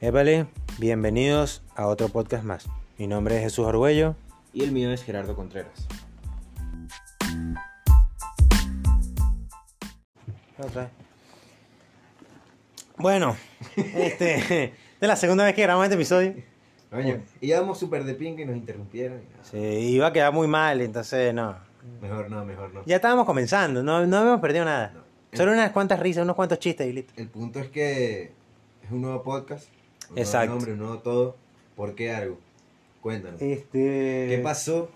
Épale, bienvenidos a otro podcast más. Mi nombre es Jesús Arguello. Y el mío es Gerardo Contreras. Bueno, este, esta es la segunda vez que grabamos este episodio. Coño, y ya vamos súper de pinga y nos interrumpieron. y nada. Sí, iba a quedar muy mal, entonces no. Mejor no, mejor no. Ya estábamos comenzando, no, no habíamos perdido nada. No. Solo unas cuantas risas, unos cuantos chistes y listo. El punto es que es un nuevo podcast. Un Exacto. nuevo nombre, un nuevo todo. ¿Por qué algo? Cuéntanos. Este... ¿Qué pasó?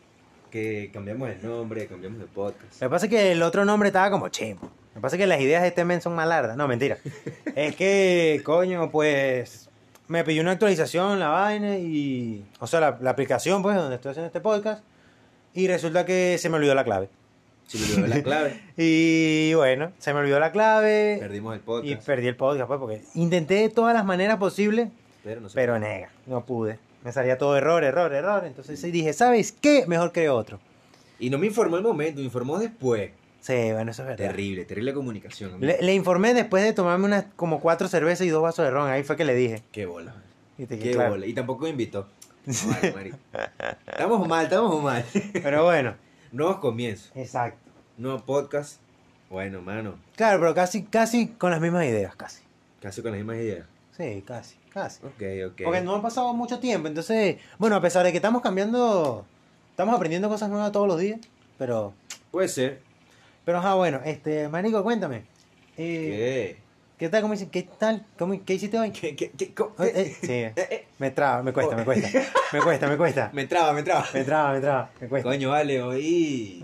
Que cambiamos el nombre, cambiamos de podcast. Lo que pasa es que el otro nombre estaba como chimbo. Lo que pasa es que las ideas de este men son malardas. No, mentira. es que, coño, pues. Me pidió una actualización la vaina y. O sea, la, la aplicación, pues, donde estoy haciendo este podcast. Y resulta que se me olvidó la clave. Se me olvidó la clave. Eh, Y bueno, se me olvidó la clave. Perdimos el y podcast. perdí el podcast, pues, porque intenté de todas las maneras posibles, pero no se pero nega, no pude. Me salía todo error, error, error. Entonces sí dije, ¿sabes qué? Mejor creo otro. Y no me informó el momento, me informó después. Sí, bueno, eso es verdad. Terrible, terrible comunicación. amigo. Le, le informé después de tomarme unas como cuatro cervezas y dos vasos de ron. Ahí fue que le dije. Qué bola. Y te dije, Qué claro. bola. Y tampoco me invitó. Vale, marico. estamos mal, estamos mal. Pero bueno, Nuevos comienzos, exacto. nuevo podcast. Bueno, mano, Claro, pero casi, casi con las mismas ideas, casi. casi con las mismas ideas. Sí, casi, casi. Ok, ok. Porque no ha pasado mucho tiempo, entonces, bueno, a pesar de que estamos cambiando, estamos aprendiendo cosas nuevas todos los días, pero, Puede ser. pero, ajá, bueno, este, Marico, cuéntame. Eh, ¿qué? tal? ¿Cómo hici- ¿Qué tal? ¿Cómo- ¿Qué hiciste hoy? ¿Qué? ¿Qué? ¿Qué? ¿Qué? ¿Cómo? Eh, eh, sí, me traba, me cuesta, me cuesta, me cuesta, me cuesta, Me traba, me traba. me traba, me traba, me cuesta. Coño, vale, hoy.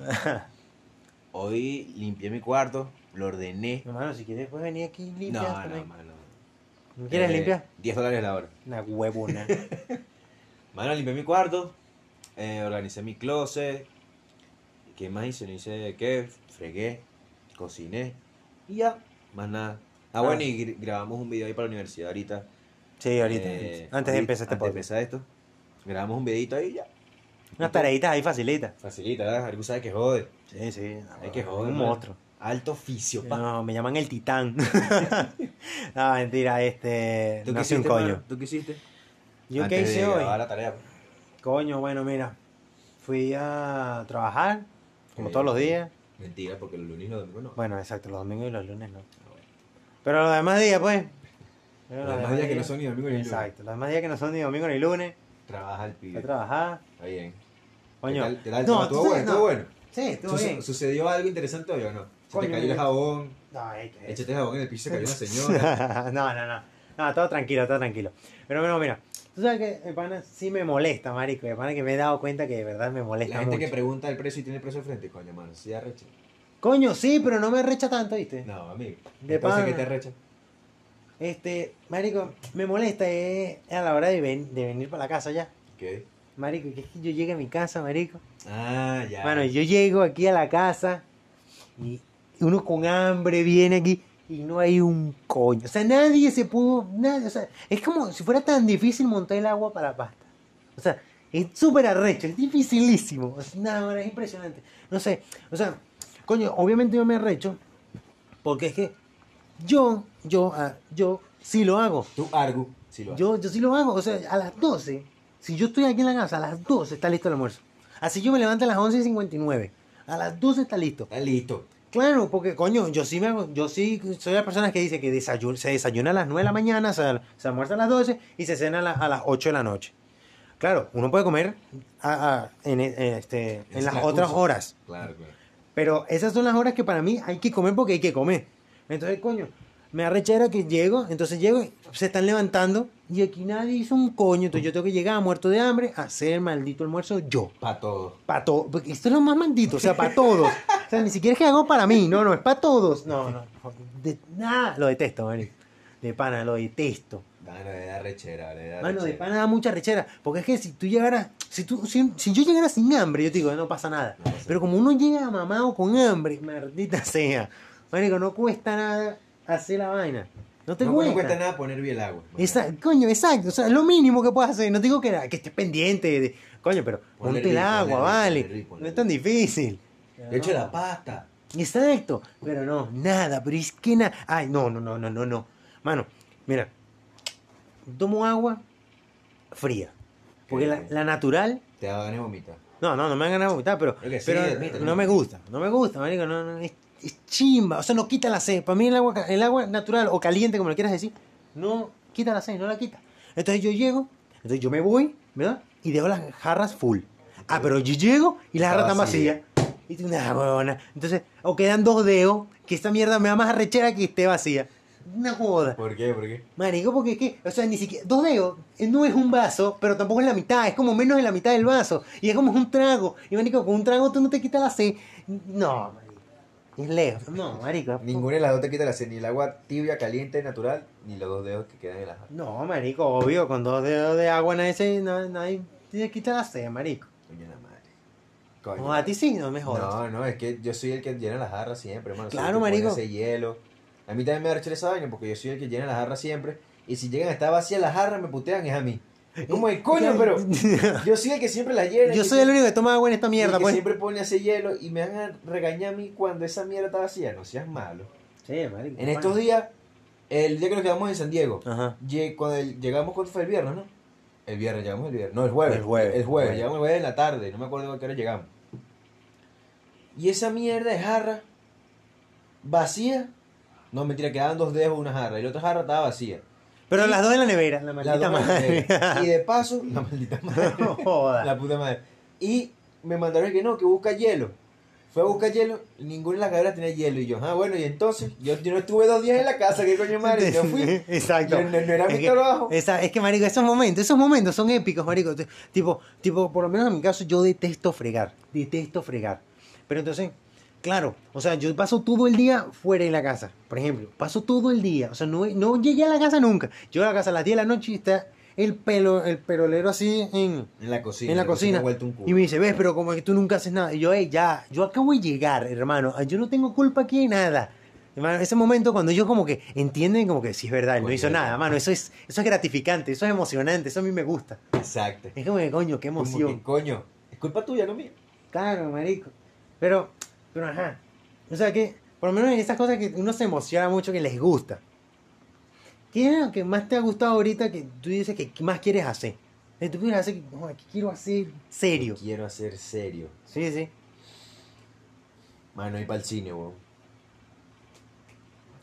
Hoy limpié mi cuarto, lo ordené. Hermano, si quieres, puedes venir aquí y limpias No, no, también. mano. ¿No ¿Quieres Eh, limpiar? 10 dólares la hora. Una huevona. Mano, limpié mi cuarto, eh, organicé mi closet. ¿Qué más hice? No hice qué, fregué, cociné y ya, más nada. Ah, Ah. bueno, y gr- grabamos un video ahí para la universidad ahorita. Sí, ahorita. Eh, antes de ahorita- empezar este antes de podcast. empezar esto, grabamos un videito ahí y ya. Unas tareitas ahí facilitas. Facilita, ¿verdad? Algo sabe que jode. Sí, sí. Hay que joder. Un mano. monstruo. Alto oficio, pa. No, me llaman el titán. no, mentira, este. ¿Tú no qué sé hiciste, un coño. mano? ¿Tú qué hiciste? ¿Yo qué Antes de hice hoy? grabar la tarea. Coño, bueno, mira. Fui a trabajar, como Eh, todos los días. Mentira, porque los lunes y los domingos no. Bueno, exacto, los domingos y los lunes no. Ah, bueno. Pero los demás días, pues. Pero Los demás días que no son ni domingo ni lunes. Exacto, los demás días que no son ni domingo ni lunes. Trabaja el Fui a pibe. trabajar. Está bien. Coño. ¿Qué tal- qué tal el No, tema? tú sabes- ¿Estuvo bueno? no. ¿Estuvo bueno? Sí, estuvo Su- bien. ¿Sucedió algo interesante hoy o no? ¿Se Coño, te cayó el mira. jabón? No, hay que- Échate el jabón en el piso, se cayó una señora. no, no, no. No, todo tranquilo, todo tranquilo. Pero bueno, mira, tú sabes que el pana sí me molesta, marico. El pana que me he dado cuenta que de verdad me molesta La gente mucho. que pregunta el precio y tiene el precio al frente, coño, mano, sí arrecha. Coño, sí, pero no me recha tanto, ¿viste? No, amigo. De Entonces, ¿qué pana. te arrecha? Este, marico, me molesta eh, a la hora de, ven- de venir para la casa ya. ¿Qué? Marico, que es que yo llegue a mi casa, marico. Ah, ya. Bueno, yo llego aquí a la casa y uno con hambre viene aquí y no hay un coño. O sea, nadie se pudo, nadie, o sea, es como si fuera tan difícil montar el agua para la pasta. O sea, es súper arrecho, es dificilísimo. O sea, nada, ahora es impresionante. No sé, o sea, coño, obviamente yo me arrecho porque es que yo, yo, ah, yo sí lo hago. Tú, Argu, sí lo haces. Yo, yo sí lo hago, o sea, a las 12, si yo estoy aquí en la casa, a las 12 está listo el almuerzo. Así yo me levanto a las 11.59. A las 12 está listo. Está listo. Claro, porque coño, yo sí me hago- yo sí soy de las personas que dice que desayun- se desayuna a las 9 de la mañana, se, se almuerza a las 12 y se cena a, la- a las 8 de la noche. Claro, uno puede comer a- a- en, e- este, en Es las la otras cosa. horas. Claro, claro. Pero esas son las horas que para mí hay que comer porque hay que comer. Entonces, coño, me arrechera que llego, entonces llego, y se están levantando y aquí nadie hizo un coño. Entonces yo tengo que llegar muerto de hambre a hacer el maldito almuerzo yo. Pa' todo. Para todos. Esto es lo más maldito, o sea, para todos. O sea, ni siquiera es que hago para mí, no, no, es para todos. No, no, de, nada, lo detesto, marico. De pana, lo detesto. Mano, de da rechera, le da Mano, de rechera. pana da mucha rechera. Porque es que si tú llegaras, si, tú, si, si yo llegara sin hambre, yo te digo, no pasa nada. No pasa Pero como uno llega mamado con hambre, maldita sea. Marico, no cuesta nada hacer la vaina. No te no, cuesta. no cuesta nada poner bien el agua. mano. Exacto, coño, exacto. O sea, lo mínimo que puedes hacer. No te digo que, que estés pendiente. de- coño, pero Ponle ponte el rico, ponle agua, rico, vale. ponle rico, ponle no es tan difícil. De hecho, la pasta. Exacto, pero no, nada, pero es que nada. Ay, no, no, no, no, no, no. Mano, mira, tomo agua fría. Porque la, Ok. la natural. Te da ganas de vomitar. No, no, no me dan ganas de vomitar, pero, Es que sí, pero admítelo. no me gusta. No me gusta, marico. No, no, es, es chimba. O sea, no quita la sed. Para mí el agua, ca- el agua natural o caliente, como lo quieras decir, no quita la sed, no la quita. Entonces yo llego, entonces yo me voy, ¿verdad? Y dejo las jarras full. Ah, pero yo llego y las Está jarras están vacía. vacías. Y tú, una huevona. Entonces, o quedan dos dedos, que esta mierda me da más arrechera que esté vacía. Una joda. ¿Por qué? ¿Por qué? Marico, porque es que, o sea, ni siquiera, dos dedos, eh, no es un vaso, pero tampoco es la mitad, es como menos de la mitad del vaso, y es como un trago, y marico, con un trago tú no te quitas la sed, no, marico, es lejos, no, marico, Ninguna de las dos te quita la sed, ni el agua tibia, caliente, natural, ni los dos dedos que quedan en la jarra. no, marico, obvio, con dos dedos de agua nadie se, na- nadie te quita la sed, marico, Coño, la madre. no, a ti sí, no me jodas, No, no, es que yo soy el que llena las jarras siempre, hermano. soy el Claro, que pone marico. Ese hielo. A mí también me da rechera esa vaina porque yo soy el que llena las jarras siempre. Y si llegan a estar vacías las jarras, me putean, es a mí. Es Como el coño, pero yo soy el que siempre las llena. yo que soy el único que toma agua en esta y mierda, que pues, siempre pone ese hielo y me van a regañar a mí cuando esa mierda está vacía. No seas malo. sí, marico, En estos días, el día que nos quedamos en San Diego, ajá, lle- cuando el- llegamos, ¿cuándo fue el viernes, no? El viernes, llegamos el viernes. No, el jueves. El jueves, El el jueves, jueves. llegamos el jueves en la tarde, no me acuerdo a qué hora llegamos. Y esa mierda de jarra vacía. No, mentira, quedaban dos dedos de una jarra y la otra jarra estaba vacía. pero las dos en la nevera, la Las maldita dos madre, vacías. Y de paso, la maldita madre. no jodas. La puta madre. Y me mandaron que no, que busca hielo. Fue a buscar hielo, ninguna de las caderas tenía hielo. Y yo, ah, bueno, y entonces, yo, yo no estuve dos días en la casa, ¿qué coño madre? Yo fui. Exacto. Yo no- no era mi que- trabajo. esa- es que, marico, esos momentos, esos momentos son épicos, marico. Te- Tipo, tipo, por lo menos en mi caso, yo detesto fregar. Detesto fregar. Pero entonces, claro, o sea, yo paso todo el día fuera de la casa, por ejemplo. Paso todo el día. O sea, no, no llegué a la casa nunca. Yo a la casa a las 10 de la noche y está el pelo, el perolero así en, En la cocina. en la cocina. vuelto un culo. Y me dice, ves, pero como que tú nunca haces nada. Y yo, hey, ya, yo acabo de llegar, hermano. Yo no tengo culpa aquí de nada. Hermano, ese momento cuando ellos como que entienden como que sí es verdad, él no Coño, hizo ¿verdad? nada, mano. Eso es, eso es gratificante, eso es emocionante, eso a mí me gusta. Exacto. Es como que, coño, qué Como emoción. que, coño, es culpa tuya, no mía. Claro, marico. Pero, pero ajá. O sea que, por lo menos en esas cosas que uno se emociona mucho, que les gusta. ¿Qué es lo que más te ha gustado ahorita que tú dices que ¿qué más quieres hacer? Que Tú quieres hacer, que, "Joder, ¿qué quiero hacer serio. Quiero hacer serio. Sí, sí. Mano, ir para el cine, weón.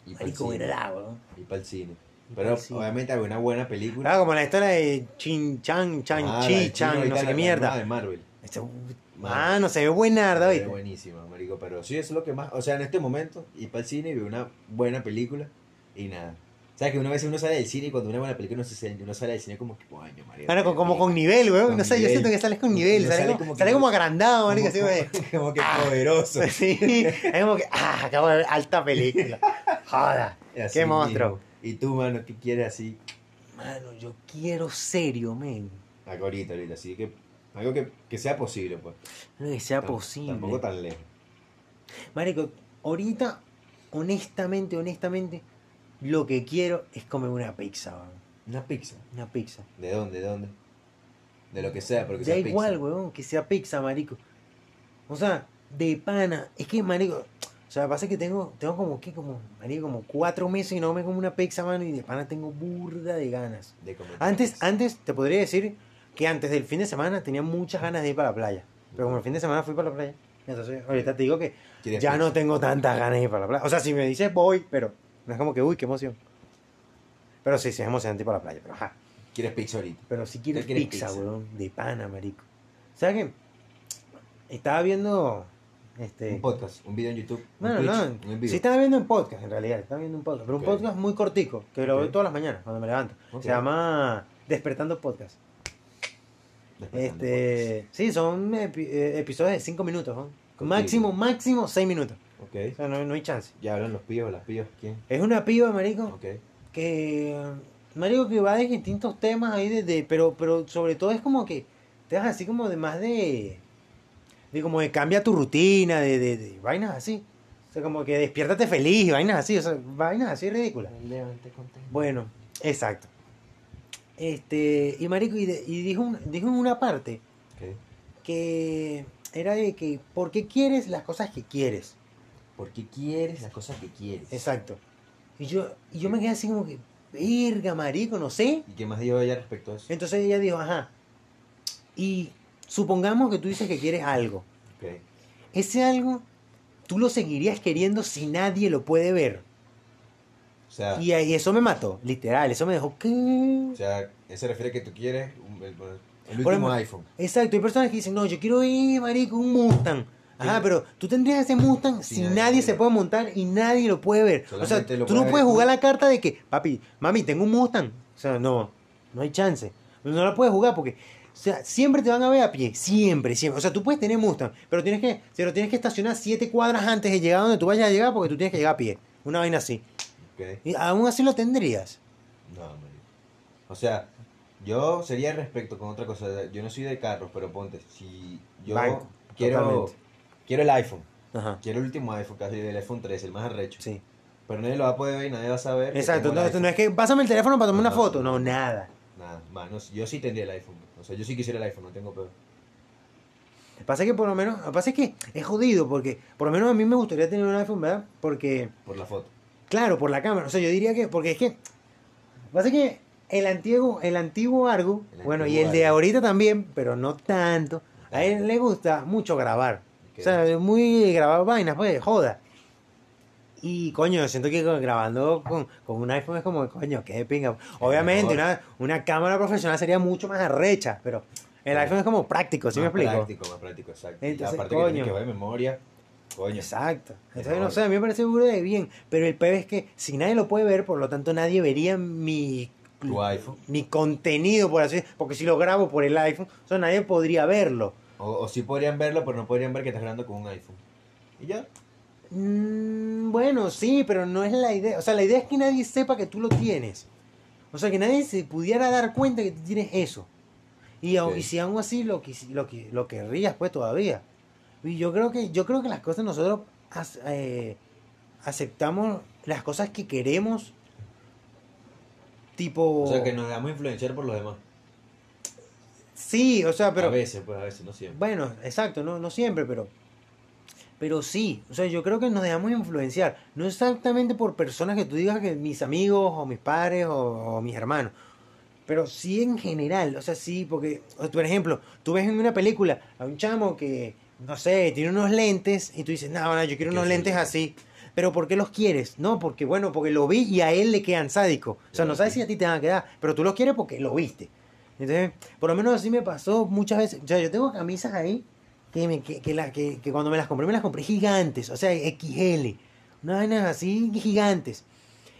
Ir pa'l Marico, cine. ¿verdad, weón? Ir pa'l cine. Pero pa'l cine. obviamente hay una buena película. Claro, como la historia de Chin Chan, Chan Ah, la de Chi, Chino Chan, no ahorita, sé qué la- la mierda. de Marvel. Este, uh, Madre. Mano, se ve buenarda, Es ¿viste? buenísima, marico. Pero sí, eso es lo que más. O sea, en este momento, ir para el cine y ver una buena película y nada. O sea, que una vez uno sale del cine y cuando una buena película uno, se siente, uno sale del cine como que, coño, marico. Ahora, con- como con nivel, weón. No sé, yo siento que sales con nivel. No Sales sale como, como que- sales como agrandado, como, marico. Así, weón. como que poderoso. Sí, es como que, ah, acabo de ver alta película. Joda. Así Qué monstruo. mismo. Y tú, mano, ¿qué quieres así? Mano, yo quiero serio, men. Algo ahorita, ahorita. Así que algo que, que sea posible, pues. No que sea Tam- posible. Tampoco tan lejos. Marico, ahorita, honestamente, honestamente, lo que quiero es comer una pizza, weón. Una pizza. Una pizza. ¿De dónde? ¿De dónde? De lo que sea, pero que da sea igual, pizza. weón, que sea pizza, marico. O sea, de pana. Es que, marico, o sea, pasa que tengo, tengo como que, como, marico, como cuatro meses y no me como una pizza, mano, y de pana tengo burda de ganas. De comer Antes, pizza. antes, te podría decir que antes del fin de semana tenía muchas ganas de ir para la playa. Pero como el fin de semana fui para la playa, entonces ahorita te digo que ¿Quieres ya no pizza? tengo tantas ganas de ir para la playa. O sea, si me dices voy, pero no es como que, uy, qué emoción. Pero sí, sí es emocionante ir para la playa, pero ajá. ¿Quieres pizza ahorita? Pero si quieres, ¿Qué quieres, pizza, pizza? weón, de pana, marico. ¿Sabes qué? Estaba viendo. Este. Un podcast, un video en YouTube. un Bueno, Twitch, no, un en vivo. sí estaba viendo un podcast, en realidad. Estaba viendo un podcast. Pero Ok. un podcast muy cortico, que lo Ok. veo todas las mañanas cuando me levanto. Ok. Se llama Despertando Podcast. Despertando Este. Sí, son epi- eh, episodios de 5 minutos, ¿no? Cortito. Máximo, máximo 6 minutos. O podcast. sea, no, no hay chance. Ok. Ya hablan los píos, las píos. ¿Quién? Es una piba, marico, Ok. que Mario que va de distintos temas ahí de, de- pero pero sobre todo es como que te das así como de más de de como de cambia tu rutina de, de, de vainas así o sea como que despiértate feliz vainas así o sea vainas así ridículas bueno exacto este y marico y, de- y dijo un- dijo en una parte Ok. que era de que por qué quieres las cosas que quieres Porque quieres las cosas que quieres. Exacto. Y yo, y yo me quedé así como que, verga, marico, no sé. ¿Y qué más dijo ella respecto a eso? Entonces ella dijo, ajá. Y supongamos que tú dices que quieres algo. Ok. Ese algo, tú lo seguirías queriendo si nadie lo puede ver. O sea, Y ahí eso me mató, literal. Eso me dejó o que. sea, él se refiere a que tú quieres un- el, el último ejemplo, iPhone. Exacto, hay personas que dicen, no, yo quiero ir, marico, un Mustang. Ajá, Sí. pero tú tendrías ese Mustang Sí, si nadie nadie lo se ve. puede montar y nadie lo puede ver. o Solamente sea, lo tú puede no ver puedes tú. jugar la carta de que, papi, mami, tengo un Mustang. O sea, no, no hay chance. No la puedes jugar porque, o sea, siempre te van a ver a pie. Siempre, siempre. O sea, tú puedes tener Mustang, pero tienes que, se lo tienes que estacionar siete cuadras antes de llegar donde tú vayas a llegar porque tú tienes que llegar a pie. Una vaina así. Ok. Y aún así lo tendrías. No, marico. O sea, yo sería respecto con otra cosa. Yo no soy de carros, pero ponte, si yo Banco, quiero totalmente. quiero el iPhone, Ajá. quiero el último iPhone, casi el iPhone 13, el más arrecho. Sí. Pero nadie lo va a poder ver y nadie va a saber. que Exacto, tengo el no, no es iPhone. que pásame el teléfono para tomar una No, foto. no. No, nada. Nada, más, no, yo sí tendría el iPhone. O sea, yo sí quisiera el iPhone, no tengo peor. Lo que pasa es que por lo menos, lo que pasa es que es jodido porque por lo menos a mí me gustaría tener un iPhone, ¿verdad? Porque, Por la foto. claro, por la cámara. O sea, yo diría que, porque es que, lo que pasa es que el antiguo, el antiguo Argo, El bueno, y antiguo el de Argo. ahorita también, pero no tanto. A él le gusta mucho grabar. Ok. O sea, es muy grabar vainas, pues, joda. Y coño, yo siento que grabando con, con un iPhone es como, coño, qué pinga. Obviamente, mejor. una, una cámara profesional sería mucho más arrecha, pero el Sí. iPhone es como práctico, ¿sí me más explico? práctico, más práctico, exacto. Entonces, y aparte que coño. tiene que ver memoria, coño. Exacto. Entonces, Mejor. no sé, a mí me parece burda de bien. Pero el peor es que si nadie lo puede ver, por lo tanto nadie vería mi, Tu iPhone. mi contenido, por así Porque si lo grabo por el iPhone, o sea, nadie podría verlo. O, o sí podrían verlo, pero no podrían ver que estás grabando con un iPhone. Y ya. Mm, bueno, sí, pero no es la idea. O sea, la idea es que nadie sepa que tú lo tienes. O sea, que nadie se pudiera dar cuenta que tú tienes eso. Y, au- Ok. y si aún así lo, quis- lo, qui- lo querrías, pues todavía. Y yo creo que, yo creo que las cosas nosotros as- eh, aceptamos las cosas que queremos. Tipo. O Oh. sea, que nos dejamos influenciar por los demás. Sí, o sea, pero. a veces, pues a veces, no siempre. Bueno, exacto, no, no siempre, pero. Pero sí, o sea, yo creo que nos dejamos influenciar. No exactamente por personas que tú digas que mis amigos, o mis padres, o, o mis hermanos. Pero sí en general, o sea, sí, porque, o, por ejemplo, tú ves en una película a un chamo que, no sé, tiene unos lentes y tú dices, no, no, yo quiero Que unos sí. lentes así. Pero ¿por qué los quieres? No, porque, bueno, porque lo vi y a él le quedan sádicos. O sea, no Claro, sabes sí. si a ti te van a quedar, pero tú los quieres porque lo viste. Entonces, por lo menos así me pasó muchas veces. O sea, yo tengo camisas ahí que, me, que, que la- que- que cuando me las compré, me las compré gigantes, o sea, XL. Unas vainas así gigantes.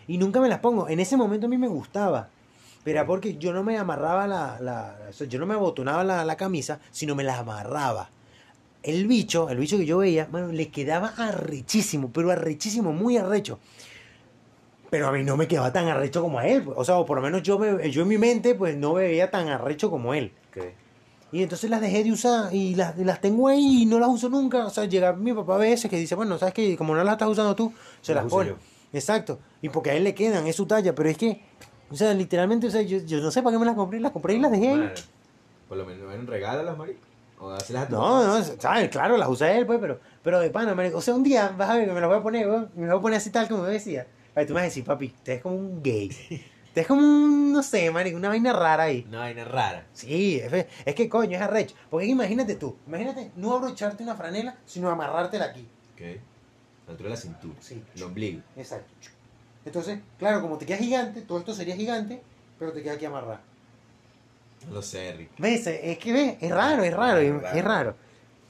Y nunca me las pongo. En ese momento a mí me gustaba. Pero era porque yo no me amarraba la. la- o sea, yo no me abotonaba la, la camisa, sino me la amarraba. El bicho, el bicho que yo veía, bueno, le quedaba arrechísimo, pero arrechísimo, muy arrecho. Pero a mí no me quedaba tan arrecho como a él. pues. O sea, o por lo menos yo, me- yo en mi mente, pues no me veía tan arrecho como él. Ok. Y entonces las dejé de usar y las, y las tengo ahí y no las uso nunca. O sea, llega mi papá a veces que dice, bueno, sabes que como no las estás usando tú, se Las las uso pone. yo. Exacto. Y porque a él le quedan, es su talla. Pero es que, o sea, literalmente, o sea, yo, yo no sé para qué me las compré, las compré y las dejé ahí. Bueno, Por lo menos, bueno, regálalas, marico. O dáselas a tu No, mamá. no, sabes, claro, las usa él, pues, pero, pero de pana, marico. O sea, un día vas a ver que me las voy a poner, weón, me las voy a poner así tal como me decía. Ay, tú me vas a decir, papi, te es como un gay. Te es como un, no sé, marico, una vaina rara ahí. Una vaina rara. Sí, es, fe- es que coño, es arrecho. Porque imagínate tú, imagínate no abrocharte una franela, sino amarrártela aquí. Ok. Altura de la cintura. Sí. El ombligo. Exacto. Entonces, claro, como te quedas gigante, todo esto sería gigante, pero te queda aquí amarrado. No lo sé, Rick. ¿Ves? Es que ves, es raro, es raro, es Raro. es raro.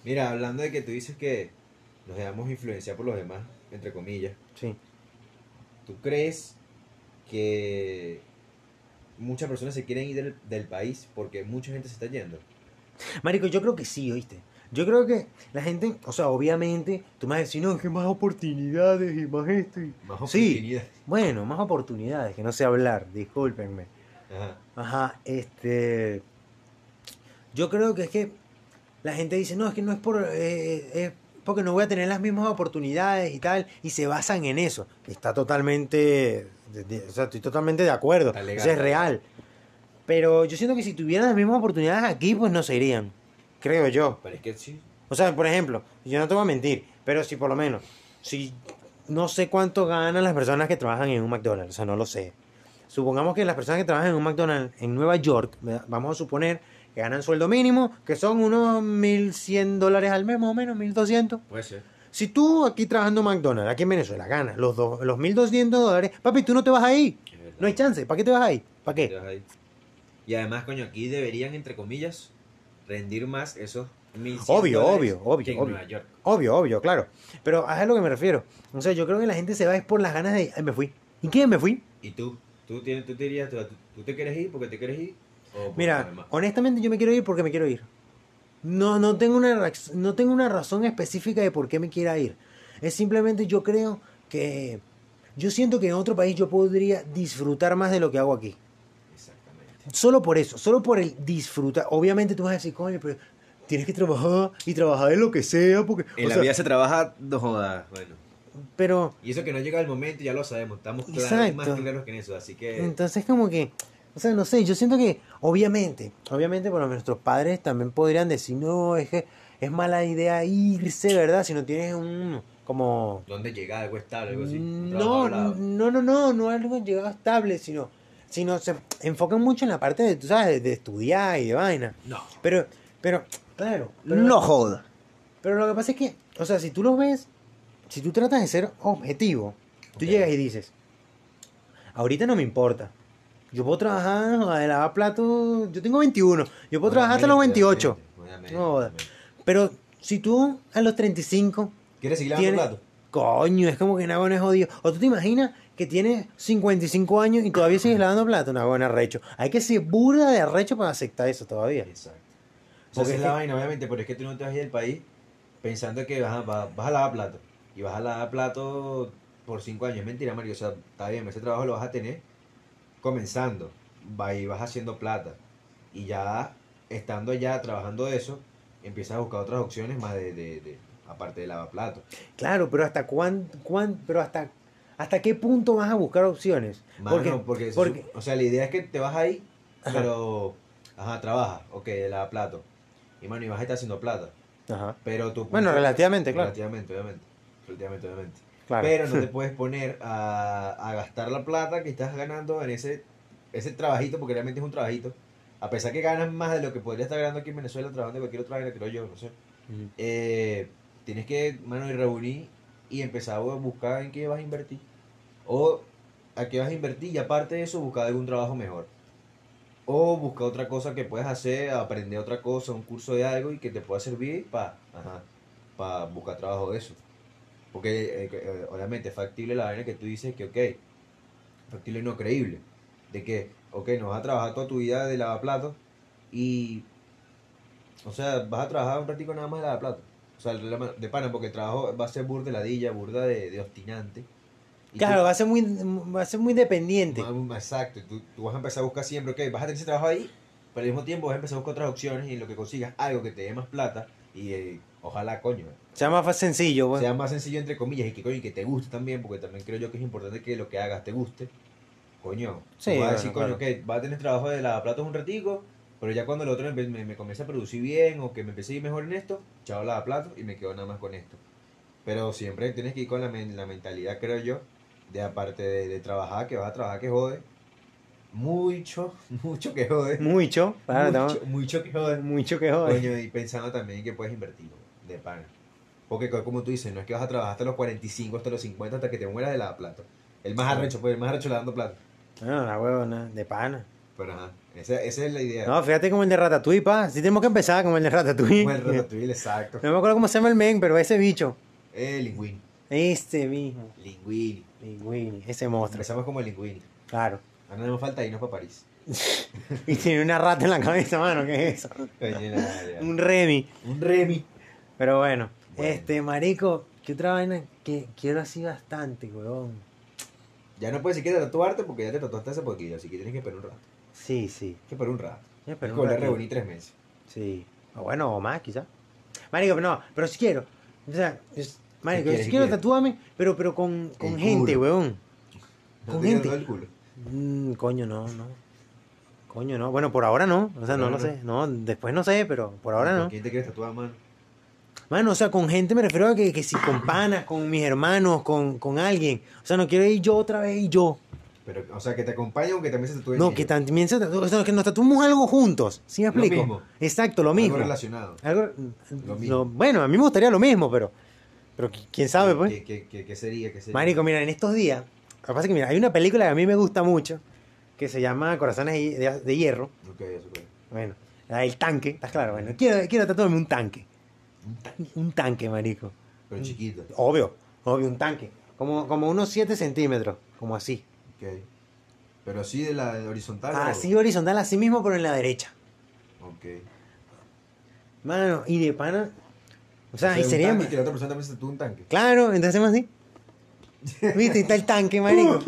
Mira, hablando de que tú dices que nos dejamos influenciar por los demás, entre comillas, Sí. ¿tú crees que muchas personas se quieren ir del, del país porque mucha gente se está yendo? Marico, yo creo que sí, ¿oíste? Yo creo que la gente, o sea, obviamente, tú me vas a decir, no, que más oportunidades y más esto. y-". Más Sí. oportunidades. Bueno, más oportunidades, que no sé hablar, discúlpenme. Ajá. Ajá, este. Yo creo que es que la gente dice, no, es que no es por. eh, es porque no voy a tener las mismas oportunidades y tal, y se basan en eso. Está totalmente. de- de- o sea, estoy totalmente de acuerdo. Está legal. Eso es real. Pero yo siento que si tuvieran las mismas oportunidades aquí, pues no se irían. Creo yo. Pero es que sí. O sea, por ejemplo, yo no te voy a mentir, pero si por lo menos, si no sé cuánto ganan las personas que trabajan en un McDonald's, o sea, no lo sé. O supongamos que las personas que trabajan en un McDonald's en Nueva York, ¿verdad? vamos a suponer que ganan sueldo mínimo, que son unos 1.100 dólares al mes, más o menos, 1.200. Puede ser. Si tú aquí trabajando en McDonald's, aquí en Venezuela, ganas los, dos- los 1.200 dólares, papi, tú no te vas ahí. es verdad. No hay chance. ¿Para qué te vas ahí? ¿Para Te qué? vas ahí. Y además, coño, aquí deberían, entre comillas, rendir más esos 1.100 Obvio, dólares obvio, obvio, que en obvio. Nueva York. Obvio, obvio, claro. Pero a lo que me refiero. O sea, yo creo que la gente se va es por las ganas de... "Ay, me fui. ¿Y qué? ¿Me fui? ¿Y tú? ¿Tú, tienes, tú te dirías, tú, tú te quieres ir porque te quieres ir? ¿O por lo Mira, demás? honestamente yo me quiero ir porque me quiero ir. No, no, tengo una, rax- no tengo una razón específica de por qué me quiera ir. Es simplemente yo creo que... Yo siento que en otro país yo podría disfrutar más de lo que hago aquí. Exactamente. Solo por eso, solo por el disfrutar. Obviamente tú vas a decir, coño, pero tienes que trabajar y trabajar en lo que sea porque... En o la sea, vida se trabaja dos jodas, bueno. pero... Y eso que no llega el momento, ya lo sabemos, estamos claros, Exacto. más claros que en eso, así que... Entonces como que, o sea, no sé, yo siento que obviamente, obviamente bueno, nuestros padres también podrían decir, no, es que es mala idea irse, ¿verdad? Si no tienes un, como... mm, ¿Dónde llega algo estable, algo así? Un trabajo No, hablado. no, no, no, no algo llegado estable, sino, sino se enfocan mucho en la parte de, tú sabes, de, de estudiar y de vaina. No. Pero, pero, claro. Pero, No joda. Pero lo que pasa es que, o sea, si tú lo ves, si tú tratas de ser objetivo, tú Ok. llegas y dices, ahorita no me importa. Yo puedo trabajar, joda, de lavar platos, yo tengo 21, yo Ah, puedo trabajar hasta los 28. Obviamente, No joda. obviamente. Pero si tú a los 35 ¿Quieres seguir lavando tienes... plato? Coño, es como que Nagón es jodido. O tú te imaginas que tienes 55 años y todavía sigues lavando plato, Nagón arrecho. Hay que ser burda de arrecho para aceptar eso todavía. Exacto. O sea, Porque esa es es la que- vaina, obviamente, pero es que tú no te vas a ir del país pensando que vas a, va- vas a lavar plato. Y vas a lavar plato por cinco años. Es mentira, Mario. O sea, está bien, ese trabajo lo vas a tener comenzando. Va y vas haciendo plata. Y ya estando allá trabajando de eso, empiezas a buscar otras opciones más de, de- de- aparte de lavar plato. Claro, pero hasta cuán, cuán- pero hasta hasta qué punto vas a buscar opciones? Mano, pues, porque, porque, se porque- sup- o sea, la idea es que te vas ahí, Ajá. pero ajá, trabaja, ok, lava plato. Y mano, y vas a estar haciendo plata. Ajá. Pero tu Bueno, punto- relativamente, claro. Relativamente, obviamente. Relativamente, obviamente. Claro. Pero no te puedes poner a, a gastar la plata que estás ganando en ese, ese trabajito, porque realmente es un trabajito. A pesar que ganas más de lo que podrías estar ganando aquí en Venezuela trabajando en cualquier otra vaina, creo yo, no sé. Ujú. Eh, tienes que, mano, y reunir y empezar a buscar en qué vas a invertir. O a qué vas a invertir y aparte de eso buscar algún trabajo mejor. O buscar otra cosa que puedas hacer, aprender otra cosa, un curso de algo y que te pueda servir para buscar trabajo de eso. Porque eh, eh, obviamente es factible la vaina que tú dices que, ok, factible y no creíble. De que, ok, no vas a trabajar toda tu vida de lavaplatos y, o sea, vas a trabajar un ratito nada más de lavaplatos. O sea, de de pana, porque el trabajo va a ser burda de ladilla, burda de, de obstinante. Y tú- Claro, va a ser muy va a ser muy dependiente. Ma- Exacto, tú, tú vas a empezar a buscar siempre, ok, vas a tener ese trabajo ahí, pero al mismo tiempo vas a empezar a buscar otras opciones y en lo que consigas algo que te dé más plata y eh, ojalá, coño, Sea más fa- sencillo, pues. sea más sencillo entre comillas y que, coño, y que te guste también, porque también creo yo que es importante que lo que hagas te guste, coño. Sí, tú vas a bueno, decir, coño, claro. que va a tener trabajo de lavaplatos un ratico, pero ya cuando el otro me, me, me comience a producir bien o que me empiece a ir mejor en esto, chao lavaplatos y me quedo nada más con esto. Pero siempre tienes que ir con la, men- la mentalidad, creo yo, de aparte de, de trabajar, que vas a trabajar que jode. Mucho, mucho que jode. Mucho, claro, mucho, estamos- mucho que jode. mucho que joder. Coño, y pensando también que puedes invertir, ¿no? de pana. Porque co- como tú dices, no es que vas a trabajar hasta los 45, hasta los 50, hasta que te mueras de la plata. El más arrecho, pues el más arrecho le dando plata. No, Ah, la huevona, de pana. Pero ajá, esa, esa es la idea. No, fíjate como el de Ratatouille, pa. Sí tenemos que empezar como el de Ratatouille. Como el ratatouille, exacto. No me acuerdo cómo se llama el men, pero ese bicho. Eh, linguini. Este mismo. Linguini. Linguini, ese monstruo. Empezamos como el linguini. Claro. Ahora nos falta irnos para París. Y tiene una rata en la cabeza, mano, ¿qué es eso? Oye, nada, ya. Un remi. Un remi. Pero bueno, Bueno. este marico, ¿qué otra vaina que quiero así bastante, weón? Ya no puedes siquiera tatuarte porque ya te tatuaste hace poquillo, así que tienes que esperar un rato. Sí, sí. Tienes que esperar un rato. Ya, Tienes pero que un volver a ratito. reunir tres meses. Sí. O bueno, o más quizás. Marico, no, pero si quiero. O sea, es- marico, quieres, si qué quiero quieres? tatuarme, pero, pero con, con El gente, culo. weón. Con No te queda gente. todo el culo. Mm, coño, no, no. Coño, no. Bueno, por ahora no. O sea, Por no ahora lo no. sé. No, después no sé, pero por ahora ¿Con no. ¿Quién te quieres tatuar, mano? Mano, o sea, con gente me refiero a que, que si con panas, con mis hermanos, con, con alguien. O sea, no quiero ir yo otra vez y yo. Pero, o sea, que te acompañe o que también se tatúe el No, sello. que también se tatu- o sea, que nos tatuamos algo juntos. ¿Sí me Pues, eh, Lo explico? mismo. Exacto, lo mismo. Algo relacionado. Algo- Lo lo- mismo. bueno, a mí me gustaría lo mismo, pero. Pero qui- quién sabe, pues. ¿Qué, qué, qué- qué sería? ¿Qué sería? Marico, mira, en estos días. Lo que pasa es que, mira, hay una película que a mí me gusta mucho. Que se llama Corazones de, de- de Hierro. Ok, eso fue. Bueno, la del tanque, ¿estás claro? Bueno, quiero, quiero tatuarme un tanque. Un tanque, marico. Pero Mm. chiquito. Ok. Obvio, obvio, un tanque. Como, como unos 7 centímetros, como así. Pero así de la de horizontal. o- Así horizontal, así mismo, pero en la derecha. Ok. Mano, y de pana. O sea, y un sería. tanque, que la otra persona también se tatúe un tanque. Claro, entonces hacemos así. Viste, y está el tanque, marico.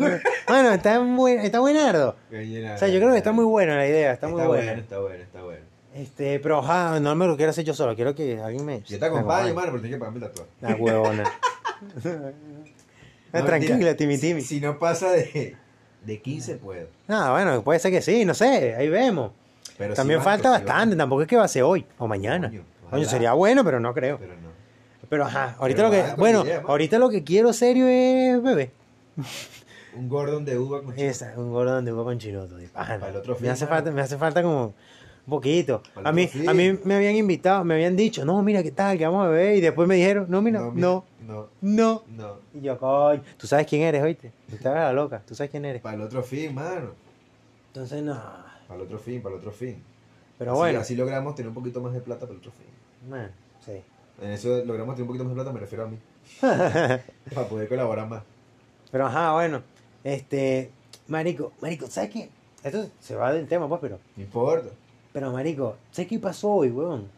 Mano, está, buen, está buenardo. O sea, yo creo que está muy buena la idea, está, muy buena. Está bueno, está bueno. Este, pero ojalá, no me lo quiero hacer yo solo, quiero que alguien me. Yo te acompaño, me mano, pero tienes que pagarme el tatuaje. La huevona. Ah, No, Tranquila, mentira. Timi Timi. Si no pasa de, de 15, puedo. No, bueno, puede ser que sí, no sé, ahí vemos. Pero sí, También mano, falta sí, bastante, bueno. tampoco es que va a ser hoy o mañana. Coño, Coño, ojalá. sería bueno, pero no creo. Pero no. Pero ajá, ahorita Pero pues, lo va que. con Bueno, idea, man. ahorita lo que quiero serio es bebé. Un Gordon de uva con chile. Esa, un gordo donde hubo con chiloto. de pana. Para el otro me fin, hace mano. falta, me hace falta como un poquito. Para el A mí, otro fin. a mí me habían invitado, me habían dicho, no, mira qué tal, que vamos a beber. Y después me dijeron, no, mira, no, no. No, no. Y yo, coño, tú sabes quién eres, oíste. Tú te hagas la loca, tú sabes quién eres. Para el otro fin, mano. Entonces, no. Para el otro fin, para el otro fin. Pero Así- bueno, Así logramos tener un poquito más de plata para el otro fin. man, sí. En eso logramos tener un poquito más de plata, me refiero a mí. para poder colaborar más. Pero ajá, bueno. Este, marico, marico, ¿sabes qué? Esto se va del tema, pues, pero. No importa. Pero marico, ¿sabes qué pasó hoy, huevón?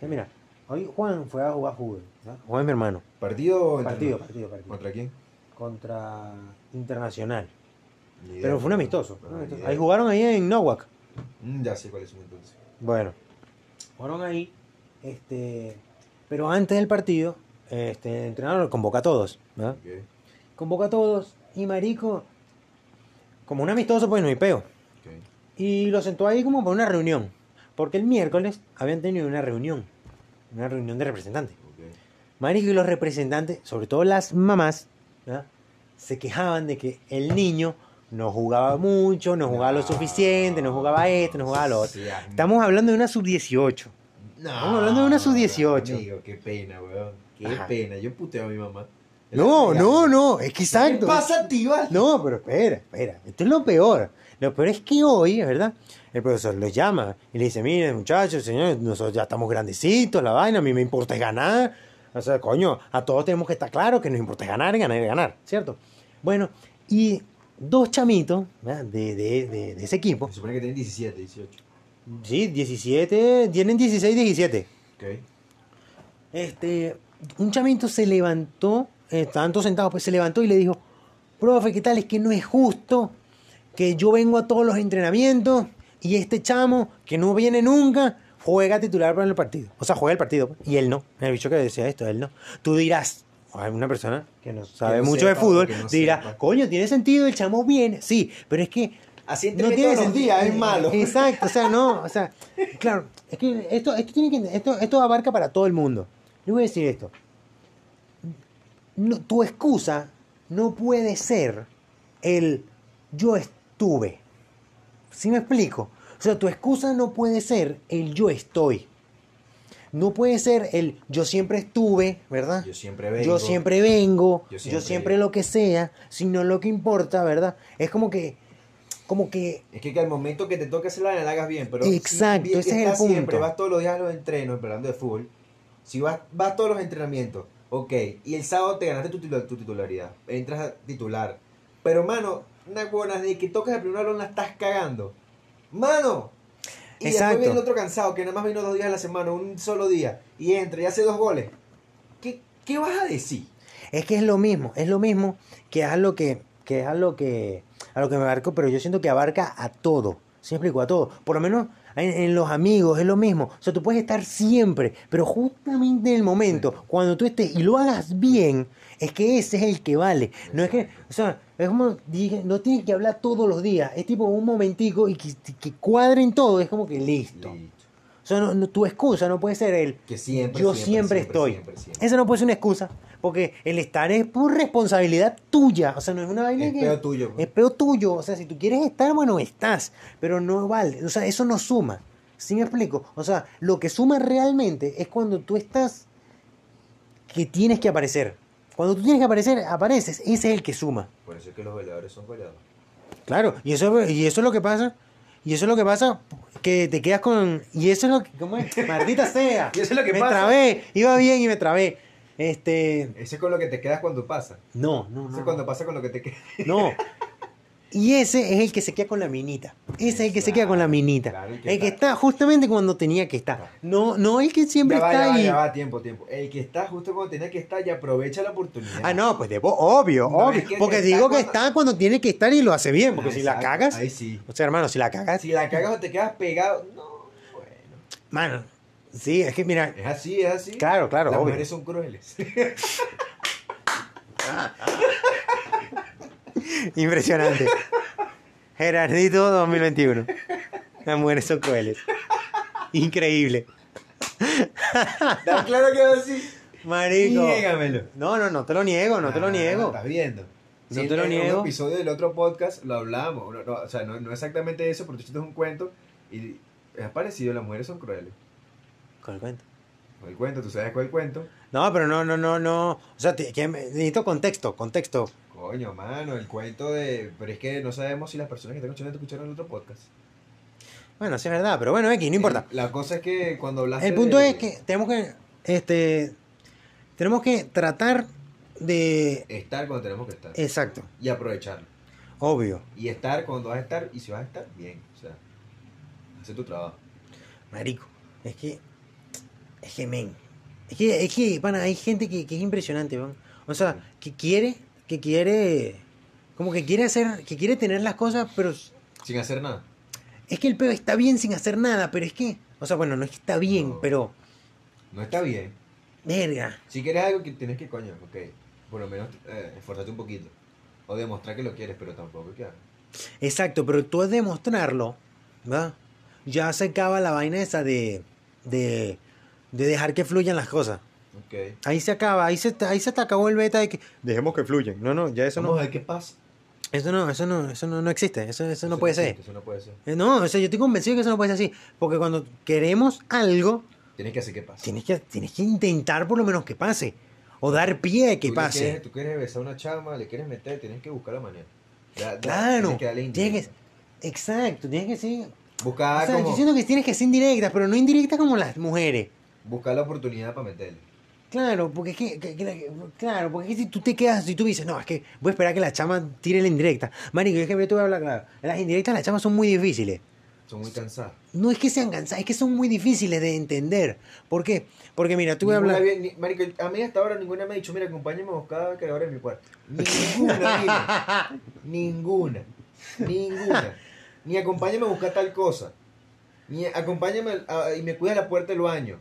Que mira, hoy Juan fue a jugar fútbol. ¿no? Juan es mi hermano. ¿Partido o Partido, entrenamiento? partido, partido. ¿Contra quién? Contra Internacional. Ni idea. Pero fue un amistoso. fue un Ah, ni amistoso. idea. Ahí jugaron ahí en Nowak. Mm, Ya sé cuál es un entonces. Bueno. Jugaron ahí. Este. Pero antes del partido, este, entrenaron, convoca a todos. ¿no? Ok, Convoca a todos. Y marico. Como un amistoso, pues no hay peo. ok. Y lo sentó ahí como para una reunión. Porque el miércoles habían tenido una reunión. Una reunión de representantes. ok. Marico y los representantes, sobre todo las mamás, ¿verdad? se quejaban de que el niño no jugaba mucho, no jugaba lo suficiente, no jugaba esto, no jugaba lo otro. Sí, ah, Estamos hablando de una sub-18. no, estamos hablando de una sub-18. Amigo, qué pena, weón. Qué Ajá. pena. Yo puteo a mi mamá. No, no, no, es que ¿Qué exacto. pasa, tío? No, pero espera, espera. Esto es lo peor. Lo peor es que hoy, ¿verdad? El profesor los llama y le dice, miren muchachos, señores, nosotros ya estamos grandecitos, la vaina, a mí me importa es ganar. O sea, coño, a todos tenemos que estar claros que nos importa es ganar, ganar, ganar, ¿cierto? Bueno, y dos chamitos ¿verdad? de, de- de- de ese equipo, Se supone que tienen 17, 18. sí, 17, tienen 16, 17. Ok. Este, un chamito se levantó, eh, estaban todos sentados, pues se levantó y le dijo, profe, ¿qué tal? Es que no es justo que yo vengo a todos los entrenamientos y este chamo, que no viene nunca, juega titular para el partido. O sea, juega el partido. pues, Y él no. El bicho que decía esto, él no. Tú dirás, o alguna persona que no sabe no mucho de sepa, fútbol, que no dirá, sepa. coño, tiene sentido, el chamo viene. Sí, pero es que Así no tiene sentido, es malo. Exacto, o sea, no, o sea, claro, es que esto, esto tiene que esto, esto abarca para todo el mundo. Le voy a decir esto. No, tu excusa no puede ser el yo estuve. ¿Sí me explico? O sea, tu excusa no puede ser el yo estoy. No puede ser el yo siempre estuve, ¿verdad? Yo siempre vengo. yo siempre vengo, Yo yo siempre siempre, lo que sea, sino lo que importa, ¿verdad? Es como que, como que, Es que, que al momento que te toque hacer la vaina, la hagas bien, pero... Exacto, bien ese que es el estás Siempre punto. vas todos los días a los entrenos, hablando de fútbol. Si vas, vas a todos los entrenamientos, ok, y el sábado te ganaste tu, titula- tu titularidad, entras a titular. Pero, mano, una buena de que tocas el primer balón la estás cagando. ¡Mano! Y Exacto. después viene el otro cansado, que nada más vino dos días a la semana, un solo día, y entra y hace dos goles. ¿Qué, qué vas a decir? es que es lo mismo, es lo mismo que es lo que, que es a lo que, a lo que me abarco, pero yo siento que abarca a todo, ¿sí me explico? A todo, por lo menos en, en los amigos es lo mismo, o sea, tú puedes estar siempre, pero justamente en el momento, cuando tú estés y lo hagas bien, es que ese es el que vale, no es que, o sea, es como dije, no tienes que hablar todos los días, es tipo un momentico y que, que cuadren todo, es como que listo. O Eso no- no- tu excusa no puede ser el Que siempre, yo siempre, siempre, estoy. siempre, siempre. Esa no puede ser una excusa. Porque el estar es por responsabilidad tuya. O sea, no es una vaina Es que. peo tuyo, pues. Es peo tuyo. O sea, si tú quieres estar, bueno, estás. Pero no vale. O sea, eso no suma. ¿Sí me explico? O sea, lo que suma realmente es cuando tú estás que tienes que aparecer. Cuando tú tienes que aparecer, apareces. Ese es el que suma. Por eso es que los veladores son velados. Claro, y eso, y eso es lo que pasa. Y eso es lo que pasa, que te quedas con... Y eso es lo que... ¿Cómo es? Maldita sea. Y eso es lo que me pasa. trabé. Iba bien y me trabé. Este... Ese es con lo que te quedas cuando pasa. No, no, Ese no. es cuando pasa con lo que te quedas. No. Y ese es el que se queda con la minita. Ese es el que se queda con la Claro, minita. claro, el el que que, está justamente cuando tenía que estar. No, no el que siempre ya va, está ya va, ahí. ya va, tiempo, tiempo. El que está justo cuando tenía que estar y aprovecha la oportunidad. Ah, no, pues de bo- obvio, No, obvio. es que porque está digo que cuando- está cuando tiene que estar y lo hace bien. Porque Ah, si la exacto. cagas... Ahí sí. O sea, hermano, si la cagas... Si la cagas o te quedas pegado. No, bueno. Mano, sí, es que mira... Es así, es así. Claro, claro, Las obvio. mujeres son crueles. Impresionante. Gerardito 2021. Las mujeres son crueles. Increíble. Está claro que es así. Marico. Niégamelo. No, no, no te lo niego, no te lo Ah, niego. Estás viendo. No Sí, te lo en niego. un episodio del otro podcast lo hablamos. No, no, o sea, no, no exactamente eso, porque esto es un cuento. Y es parecido, las mujeres son crueles. Con el cuento. El cuento, tú sabes cuál cuento. No, pero no, no, no, no. O sea, te- que me- necesito contexto, contexto. Coño, mano, el cuento de. Pero es que no sabemos si las personas que están escuchando esto escucharon el otro podcast. Eh, Bueno, sí es verdad, pero bueno, X, no importa. La cosa es que cuando hablaste. El punto de- es que tenemos que, este, tenemos que tratar de... Estar cuando tenemos que estar. Exacto, Y aprovecharlo. obvio. Y estar cuando vas a estar. Y si vas a estar, bien. O sea, hace tu trabajo. Marico, es que. Es que, men. Es que, es que, pana, hay gente que, que es impresionante, weón. O sea, que quiere, que quiere. Como que quiere hacer, que quiere tener las cosas, pero. s- Sin hacer nada. Es que el peo está bien sin hacer nada, pero es que. O sea, bueno, no es que está bien, No. pero. No está bien. Verga. Si quieres algo que tienes que, coño, ok. Por lo menos eh, esforzarte un poquito. O demostrar que lo quieres, pero tampoco que hagas. Exacto, pero tú es demostrarlo, ¿verdad? Ya se acaba la vaina esa de. de. de dejar que fluyan las cosas. Ok. Ahí se acaba, ahí se, ahí se te acabó el beta de que. Dejemos que fluyan. No, no, ya eso no. Vamos a ver qué pasa. Eso no, eso no, eso no, no existe, eso, eso no puede ser. existe, Eso no puede ser. Eh, No, o sea, yo estoy convencido que eso no puede ser así. Porque cuando queremos algo, Tienes que hacer que pase. tienes que, tienes que intentar por lo menos que pase. O dar pie a que Tú le pase. quieres- tú quieres besar a una chama, le quieres meter, tienes que buscar la manera. Ya- ya, Claro. Tienes que darle Tienes indirecta. que- exacto, tienes que ser. Buscar o sea, Ah, como- yo siento que tienes que ser indirectas, pero no indirectas como las mujeres. buscar la oportunidad para meterle. Claro, porque es que, que- que- claro, porque es que si tú te quedas, si tú dices, no, es que voy a esperar a que la chama tire la indirecta. Marico, yo es que yo te voy a hablar claro. Las indirectas las chamas son muy difíciles. Son muy cansadas. No es que sean cansadas, es que son muy difíciles de entender. ¿Por qué? Porque mira, tú voy a Ninguna hablar. había- ni- marico, a mí hasta ahora ninguna me ha dicho, mira, acompáñame a buscar creador en mi cuarto. Ninguna, mira. Ninguna. Ninguna. Ni acompáñame a buscar tal cosa. Ni acompáñame a- y me cuida la puerta del baño.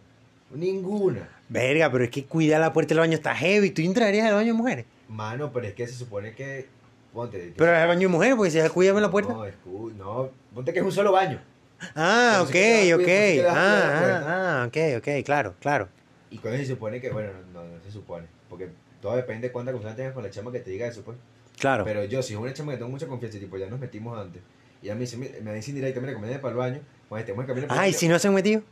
Ninguna. Verga, pero es que cuidar la puerta del baño está heavy. Tú entrarías al baño de mujeres. Mano, pero es que se supone que... Ponte. Pero al baño de mujeres, porque si cuidame la puerta. No, escu- no, ponte que es un solo baño. Ah, Pero si te ok, vas ok. cuidando, si te vas cuidando la Ah, puerta. ah, ah, ok, ok, claro, claro. Y con eso se supone que, bueno, no, no, no se supone. Porque todo depende de cuánta confianza tengas con la chama que te diga eso, pues. Claro. Pero yo, si es una chama que tengo mucha confianza, y tipo, ya nos metimos antes. Y ella me dice, mi- me dice indirecta, mira, acompáñame para el baño. pues, Cuando estemos en camino para el Ay, baño, si no se han metido. sí.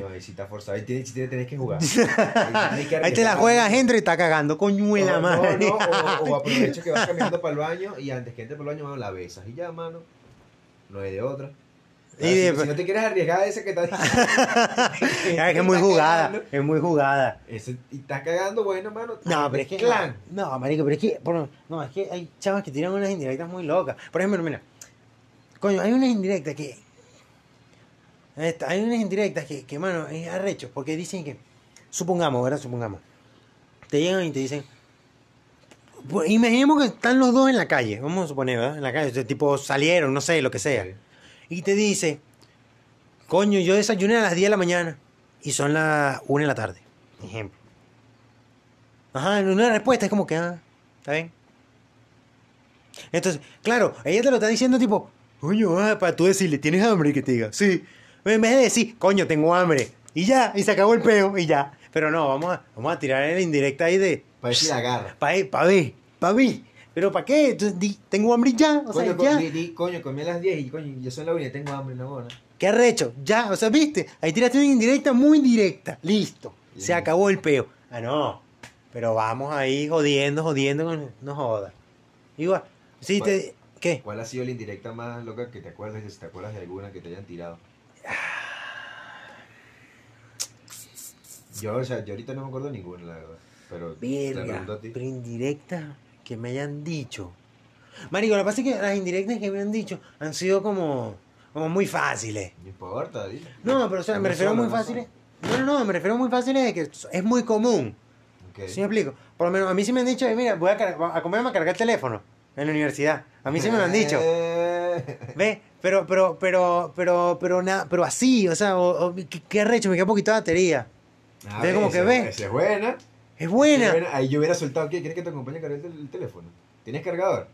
Coño, ahí sí está forzado. Ahí tienes, tienes, tienes que jugar. Ahí, tienes que Ahí te la arriesgar. juegas, entra y está cagando, coño de la No, no, madre. no, o, o aprovecha que vas caminando para el baño y antes que entre para el baño, mano, la besas y ya, mano. No hay de otra. Y Ah, si- de- si, no te quieres arriesgar a ese que está Ya, es que es muy jugada, es muy jugada. Ese- y estás cagando, bueno, mano. No, pero es que. Clan. No, marico, pero es que. por- no, es que hay chavas que tiran unas indirectas muy locas. Por ejemplo, mira. Coño, hay unas indirectas que. Esta, hay unas indirectas que, que, mano, es arrecho. Porque dicen que. Supongamos, ¿verdad? Supongamos. Te llegan y te dicen. pues, Imaginemos que están los dos en la calle. Vamos a suponer, ¿verdad? En la calle. o sea, tipo salieron, no sé, lo que sea. Sí. Y te dice. Coño, yo desayuné a las 10 de la mañana. Y son las 1 de la tarde. Ejemplo. Ajá, en una respuesta es como que, ah, está bien. Entonces, claro, ella te lo está diciendo tipo, coño, ah, para tú decirle, ¿tienes hambre? Y que te diga, sí. En vez de decir, coño, tengo hambre. Y ya, y se acabó el peo, y ya. Pero no, vamos a, vamos a tirar el indirecta ahí de. Para decir agarra. Pa', pa ver, pa' ver. ¿Pero para qué? Entonces, di, tengo hambre y ya. O Coño, sea, co- ya. di- di, coño, comí a las 10 y coño, yo soy la única, tengo hambre, no buena. ¿Qué arrecho? Ya, o sea, viste, ahí tiraste una indirecta muy directa. Listo. Se Listo. acabó el peo. Ah, no. Pero vamos ahí jodiendo, jodiendo, con- no jodas. Igual, sí, te, ¿qué? ¿Cuál ha sido la indirecta más loca que te acuerdas? Que si te acuerdas de alguna que te hayan tirado. Yo, o sea, yo ahorita no me acuerdo de ninguna, la verdad. Pero te la Verga. pregunto a ti. Pero indirectas que me hayan dicho. Marico, lo que pasa es que las indirectas que me han dicho han sido como, como muy fáciles. No importa, dile. No, pero o sea, No me refiero a solo, muy ¿eh? no fáciles. No, no, no, me refiero a muy fáciles de que es muy común. solo. Ok. ¿Sí me explico? Por lo menos a mí sí me han dicho, "Ey, mira, voy a, car- a comerme a cargar el teléfono en la universidad. A mí sí me lo han dicho. Eh, ¿Ves? Pero, pero, pero, pero, pero, nada, pero así, o sea, o- o- qué, qué arrecho, me queda poquito de batería. Ah, Ve como esa- que ve. esa es buena. Es Esa es buena. Ahí yo hubiera soltado. ¿Qué? ¿Quieres que te acompañe a cargar el, el teléfono? ¿Tienes cargador?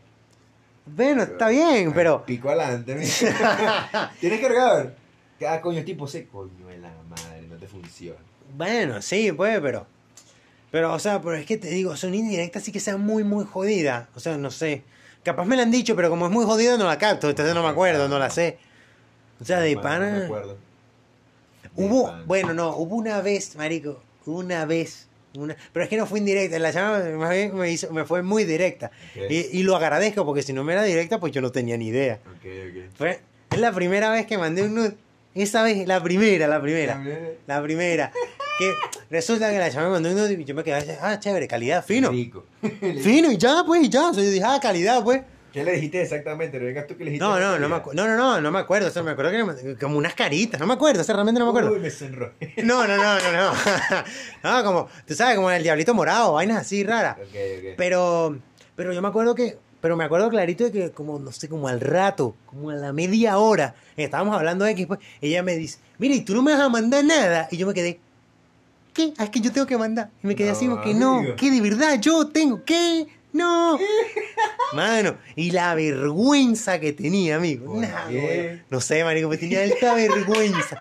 Bueno, está bien, pero. Pico adelante. mira. ¿Tienes cargador? Cada coño tipo se coño de la madre, no te funciona. Bueno, sí, pues, pero. Pero, o sea, pero es que te digo, son indirectas, así que sean muy, muy jodidas. O sea, no sé. Capaz me la han dicho, pero como es muy jodida, no la capto. Entonces no me acuerdo, no la sé. O sea, de No, no me pana. acuerdo. De Hubo, pana. bueno, no, hubo una vez, marico, una vez. Una, pero es que no fue indirecta, la llamada más bien me, hizo, me fue muy directa. Ok. Y, y lo agradezco porque si no me era directa, pues yo no tenía ni idea. Ok, ok. Fue, es la primera vez que mandé un nude. Esa vez, la primera, la primera. La primera. Que resulta que la llamada me mandó un nude y yo me quedé, así, ah, chévere, calidad, fino. Rico. Fino y ya, pues, y ya. O sea, yo dije, ah, calidad, pues. ¿Qué le dijiste exactamente? ¿No vengas tú que le dijiste? No, no, no me acu- no, no, no, no me acuerdo. O sea, me acuerdo que me mandó- como unas caritas, no me acuerdo, o sea, realmente no me acuerdo. Uy, me sonrojé. No, no, no, no, no. No, como, tú sabes, como el diablito morado, vainas así raras. Ok, ok. Pero, pero yo me acuerdo que, pero me acuerdo clarito de que como, no sé, como al rato, como a la media hora, estábamos hablando de que pues, ella me dice, mira, y tú no me vas a mandar nada. Y yo me quedé, ¿qué? Ah, es que yo tengo que mandar. Y me quedé así, No, como que no, amigo. que de verdad yo tengo que, no. Mano, y la vergüenza que tenía, amigo. ¿Por Nah, qué? weón. no sé, marico, me tenía alta vergüenza.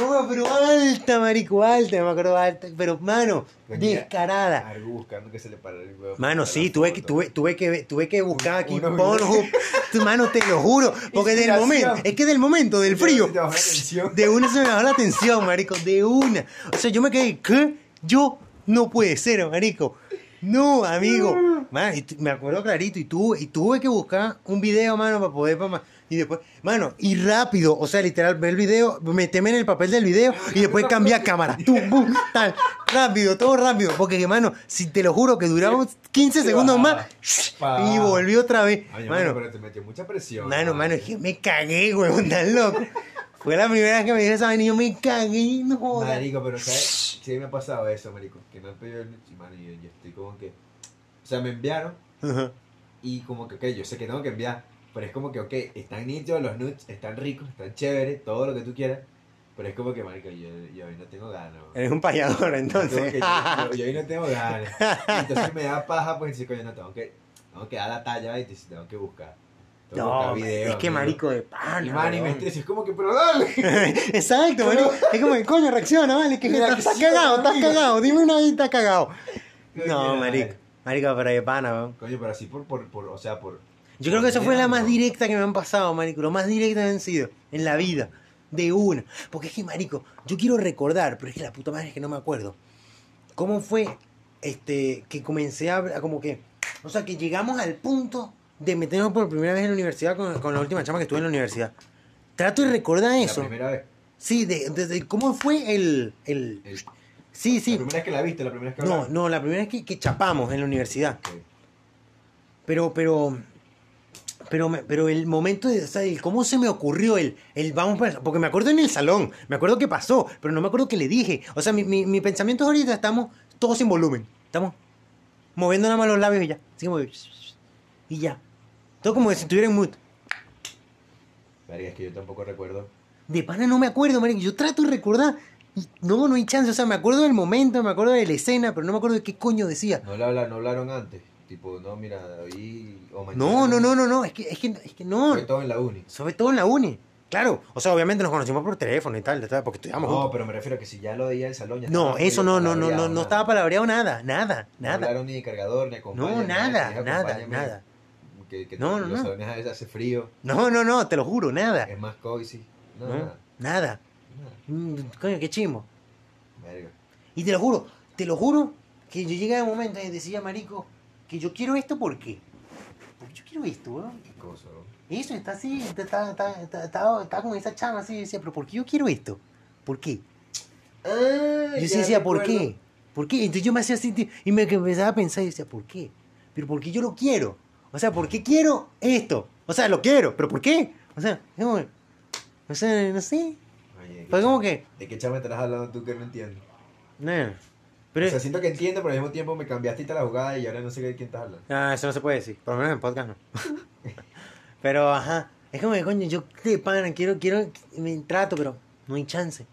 No, pero alta, marico, alta, me acuerdo alta. Pero, mano, Coño, descarada. Algo buscando que se le parara el huevo. Mano, sí, tuve que, tuve, tuve que, tuve que buscar aquí Unos Pornhub. Tu Mano, te lo juro. Porque del Inspiración. momento, es que del momento, del frío, Te bajó la tensión. de una se me bajó la atención, marico. De una. O sea, yo me quedé, ¿qué? Yo no puede ser, marico. No, amigo. Man, y tu- me acuerdo clarito. Y tuve, y tuve que buscar un video, mano, para poder. pa- ma- y después, mano, y rápido, o sea, literal, ver el video, meterme en el papel del video y después cambiar cámara. Tum, bum, tal. Rápido, todo rápido. Porque, mano, si te lo juro que duraba 15 Sí, segundos bajaba. más Pa. y volví otra vez. Ay, mano, Mano, pero te metió mucha presión. Mano, mano, es que me cagué, huevón, tan loco. Fue la primera vez que me dijeron esa vaina y yo me cagué, no jodas. Marico, pero ¿sabes? Sí me ha pasado eso, marico. Que me han pedido el... y, Mano, yo, yo estoy como que... O sea, me enviaron Ajá. y como que, ok, yo sé que tengo que enviar. Pero es como que, ok, están nítidos los nudes, están ricos, están chéveres, todo lo que tú quieras. Pero es como que, marico, yo, yo hoy no tengo ganas. man. Eres un payador, Como que entonces. yo, yo- yo hoy no tengo ganas. Y Entonces me da paja, pues decir, coño, no, tengo que, tengo que dar la talla y tengo que buscar. Tengo que No, buscar video, es que amigo. marico de Y pana. mano, y me huevón. estreso, es como que, pero dale. Exacto, marico. Es como que coño, reacciona, vale. Que Mira, estás, que estás sí, cagado, estás amigo. cagado. Dime una ahí, estás cagado. Coño, No, dale. marico. Marico, pero de pana, weón. Coño, pero así por, por, por o sea, por... Yo creo que esa fue la más Mierda. directa que me han pasado, marico. Lo más directa que han sido en la vida. De una. Porque es que, marico, yo quiero recordar, pero es que la puta madre es que no me acuerdo. ¿Cómo fue este, que comencé a, a como que... O sea, que llegamos al punto de meternos por primera vez en la universidad con, con la última chama que estuve en la universidad. Trato de recordar La eso. primera vez. Sí, de, de- de cómo fue el... el- El- sí, La sí. primera vez que la viste, la primera vez que No, hablaste. no, la primera vez que- que chapamos en la universidad. Ok. Pero, pero, pero, me- pero el momento de, o sea, el cómo se me ocurrió el, el vamos para, porque me acuerdo en el salón, me acuerdo que pasó, pero no me acuerdo que le dije. O sea, mi, mi, mi pensamiento ahorita estamos todos sin volumen, estamos moviendo nada más los labios y ya, así como que, y ya. Todo como que si estuviera en mood. Verga, es que yo tampoco recuerdo. De pana no me acuerdo, marico, yo trato de recordar. y No, no hay chance, o sea, me acuerdo del momento, me acuerdo de la escena, pero no me acuerdo de qué coño decía. No, la, habla- no hablaron antes. Tipo, no, mira, hoy o mañana. No, no, no, no, no, es que, es que, es que no. Fue todo en la uni. Sobre todo en la uni. Claro, o sea, obviamente nos conocimos por teléfono y tal, tal, porque estudiamos No, juntos. pero me refiero a que si ya lo veía del salón. Ya No, estaba eso medio no, no, no, no, palabreado, no nada. estaba palabreado nada, nada, No nada. hablaron ni de cargador, ni acompañan, No, ni nada, de nada, acompáñame, nada. Que, que No, no, los no. salones a veces hace frío, No, no, no, te lo juro, nada. es más cozy. No, No, nada, nada. nada, Mm, Coño, qué chimo. verga. Y te lo juro, te lo juro, que yo llegué a un momento y decía, marico, que yo quiero esto, ¿por qué? Porque yo quiero esto, weón. Qué cosa, ¿no? Eso, está así, está, está, está, está- está- está con esa chama así, y decía, pero ¿por qué yo quiero esto? ¿Por qué? Ah, Yo sí ya decía, ¿por recuerdo. qué? ¿Por qué? Entonces yo me hacía así tío, y me que empezaba a pensar y decía, ¿por qué? Pero ¿por qué yo lo quiero? O sea, ¿por qué quiero esto? O sea, lo quiero, pero ¿por qué? O sea, es como- o sea, no sé. Oye, ¿de qué Fue como chama- que, ¿De qué chama estás hablando tú que no entiendo? no. Pero, o sea, siento que entiendo, pero al mismo tiempo me cambiaste y te la jugada y ahora no sé de quién estás hablando. Ah, eso no se puede decir, por lo menos en podcast no. pero, ajá, es como que, coño, yo de pana, quiero, quiero, me trato, pero no hay chance.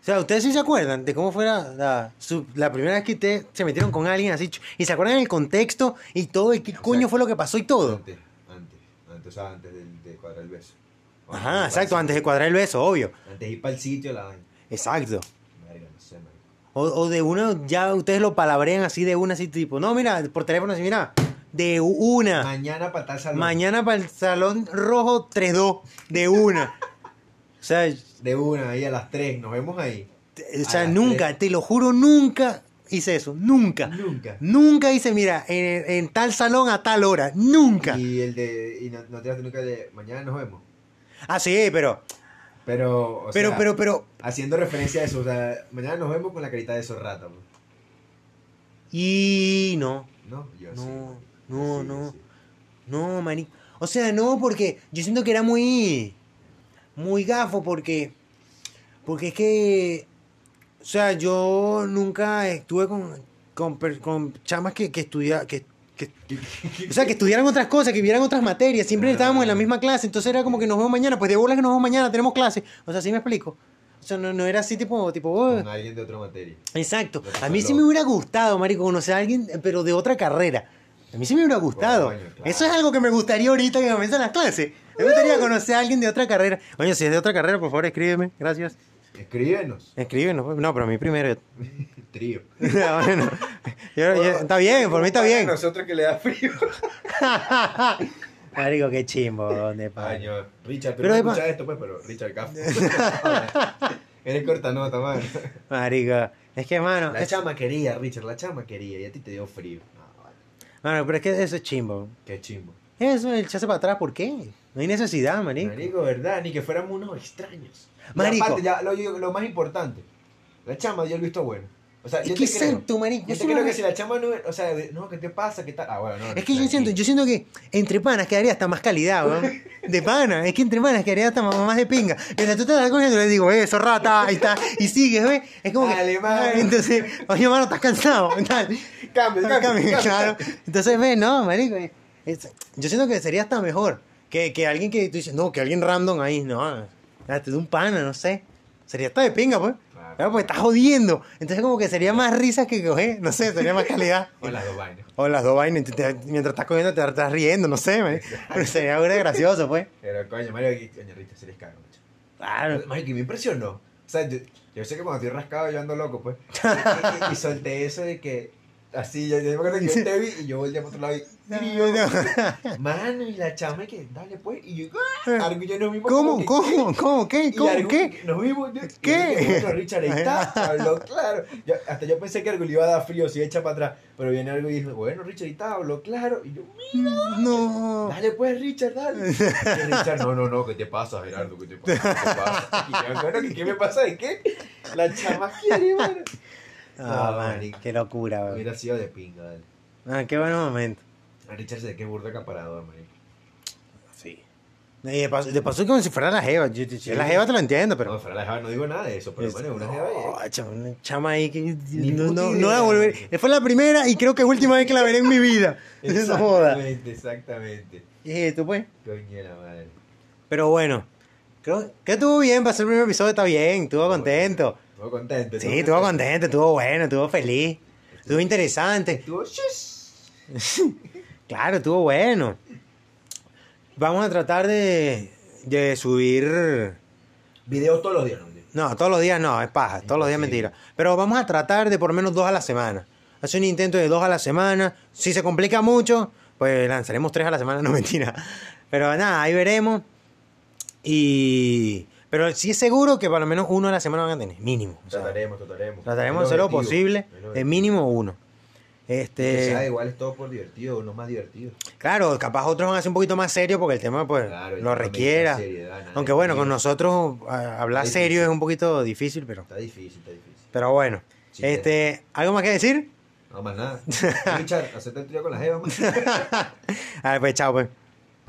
O sea, ustedes sí se acuerdan de cómo fue la, la- su- la primera vez que ustedes se metieron con alguien así, ch- y se acuerdan del contexto y todo, y qué coño Exacto. fue lo que pasó y todo. Antes, antes, antes, o sea, antes del- de, cuadrar el beso. O antes de ir Ajá, pa'l exacto, sitio. antes de cuadrar el beso, obvio. Antes de ir para el sitio, la vaina. Exacto. Verga, no sé, marico. O, o de una, ya ustedes lo palabrean así de una, así tipo, no, mira, por teléfono así, mira, de una. Mañana para tal salón. Mañana para el Salón Rojo 3-2 de una. O sea, De una, ahí a las 3, nos vemos ahí. t- o A sea las nunca, te lo juro, nunca hice eso. Nunca. Nunca. Nunca hice, mira, en, en tal salón a tal hora. Nunca. Y el de. Y no, no te hace nunca el de. Mañana nos vemos. Ah, sí, pero, Pero. o pero, sea, pero, pero. Haciendo referencia a eso, o sea, mañana nos vemos con la carita de esos ratas, pues. Y no, ¿no? Yo sí. no, marico. no, Sí, no, sí. no, maní. O sea, no, porque yo siento que era muy, muy gafo, porque, porque es que O sea, yo nunca estuve con, con, per- con chamas que, que estudia- que, que- o sea, que estudiaran otras cosas, que vieran otras materias. Siempre Ah. estábamos en la misma clase, entonces era como que nos vemos mañana. Pues de bolas que nos vemos mañana, tenemos clase. O sea, ¿sí me explico? O sea, no, no era así tipo, tipo, "Oh". Con alguien de otra materia. exacto. Lo que A mí sí pasó. me hubiera gustado, marico, conocer a alguien, eh, pero de otra carrera. A mí sí me hubiera gustado. Coño, claro. Eso es algo que me gustaría ahorita que comienzan las clases. Me gustaría conocer a alguien de otra carrera. Oye, si es de otra carrera, por favor, escríbeme. Gracias. Escríbenos. Escríbenos. pues. No, pero a mí primero. Trío. Ya, bueno. Yo- yo- está bien, por mí está bien. Nosotros que le da frío. Marico, qué chimbo, ¿dónde Ay, paño? yo, Richard, tú Pero no de escuchas esto, pues, pero Richard Gaffo. Eres cortanota, man. Marico, es que, mano, La es- chama quería, Richard, la chama quería y a ti te dio frío. No, vale. mano, pero es que eso es chimbo. Qué chimbo. Eso, el echarse para atrás, ¿por qué? No hay necesidad, marico. Marico, ¿verdad? Ni que fuéramos unos extraños. Y Marico. aparte, ya lo, yo- lo más importante, la chama dio el visto bueno. O sea, Es yo que te creo. santo, marico. Yo eso te creo no que es- si la chama no... O sea, no, ¿qué te pasa? ¿Qué tal? Ah, bueno, no. Es que yo siento, yo siento que entre panas quedaría hasta más calidad, weón. De pana, es que entre panas quedaría hasta más, más de pinga. Mientras tú te estás cogiendo, le digo, eh, eso rata, ahí está, y sigues, ¿ves? Es como Dale, que. mano. Entonces, oye, mano, estás cansado, tal. Cambio, Cambio, cambio, claro. Entonces, ve, no, marico. eh, es- yo siento que sería hasta mejor que, que alguien que tú dices, no, que alguien random ahí, no, date de un pana, no sé. Sería hasta de pinga, pues. Claro. Claro, porque estás jodiendo. Entonces, como que sería más risas que coger, no sé, sería más calidad. O las dos vainas. O las dos vainas, te- te- mientras estás comiendo te estás riendo, no sé, man. Pero sería algo de gracioso, pues. Pero, coño, Mario, aquí- coño, Richard, se les caga, mucho. Claro. Mario, que me impresionó. O sea, yo, yo sé que cuando estoy rascado yo ando loco, pues. Y, y- y solté eso de que... Así, yo, yo me acuerdo que yo te vi y yo volteé para otro lado y... y yo- Mano, y la chama que, dale pues, y yo, ¡ah! Algo yo nos vimos como Eh. ¿Cómo? que, ¿Cómo? ¿Cómo? ¿Qué? y ¿Cómo? algo ¿Qué? que Nos vimos, yo, ¿Qué? y yo, bueno, Richard, ahí está, habló claro. Yo- hasta yo pensé que algo le iba a dar frío si echa para atrás, pero viene algo y dijo, bueno, Richard, ahí está, habló claro. Y yo, No. dale pues, Richard, dale. Y Richard, no, no, no, ¿qué te pasa, Gerardo? ¿Qué te pasa? ¿Qué te pasa? Y yo, bueno, ¿qué, qué me pasa? ¿De qué? La chama quiere, mano. Ah, No, man, marico. qué locura, weón. Hubiera sido de pinga, dale. Ah, qué buen momento. A Richard se ve que burda acaparador, marico. Sí. Y Eh, de paso, de paso es como si fuera la jeva. Yo, yo- yo la jeva te lo entiendo, Pero, no, pero... fuera la jeva, no digo nada de eso, pero Es- bueno, una jeva es- No, chamo, una chama ahí que Ni no, puta no, idea, no la volveré. marico. Fue la primera y creo que es última vez que la veré en mi vida. No joda. Exactamente, exactamente. ¿Y es esto, pues? Coño de la madre. Pero bueno, creo que estuvo bien, pasó el primer episodio, está bien, estuvo contento. Estuvo contento. Sí, estuvo contento, estuvo bueno, estuvo feliz, estuvo interesante, Estuvo shhh. claro, estuvo bueno. Vamos a tratar de, de subir. Videos todos los días, ¿no? No, todos los días no, es paja, todos los días mentira. Pero vamos a tratar de por lo menos dos a la semana. Hacer un intento de dos a la semana. Si se complica mucho, pues lanzaremos tres a la semana, no mentira. Pero nada, ahí veremos. Y. Pero sí es seguro que por lo menos uno a la semana van a tener, mínimo. o sea, Trataremos, trataremos. trataremos de hacer lo posible, de mínimo uno. Que sea Este, igual es todo por divertido, no más divertido. claro, capaz otros van a ser un poquito más serios porque el tema pues Claro, el lo tema merece requiera. seriedad, nada Aunque de bueno, comer. con nosotros ah, hablar Es serio difícil. es un poquito difícil, pero Está difícil, está difícil. pero bueno. Sí, este, ¿algo más que decir? No más nada. Richard, acepta el trío con la Jeva, man. A ver, pues chao pues.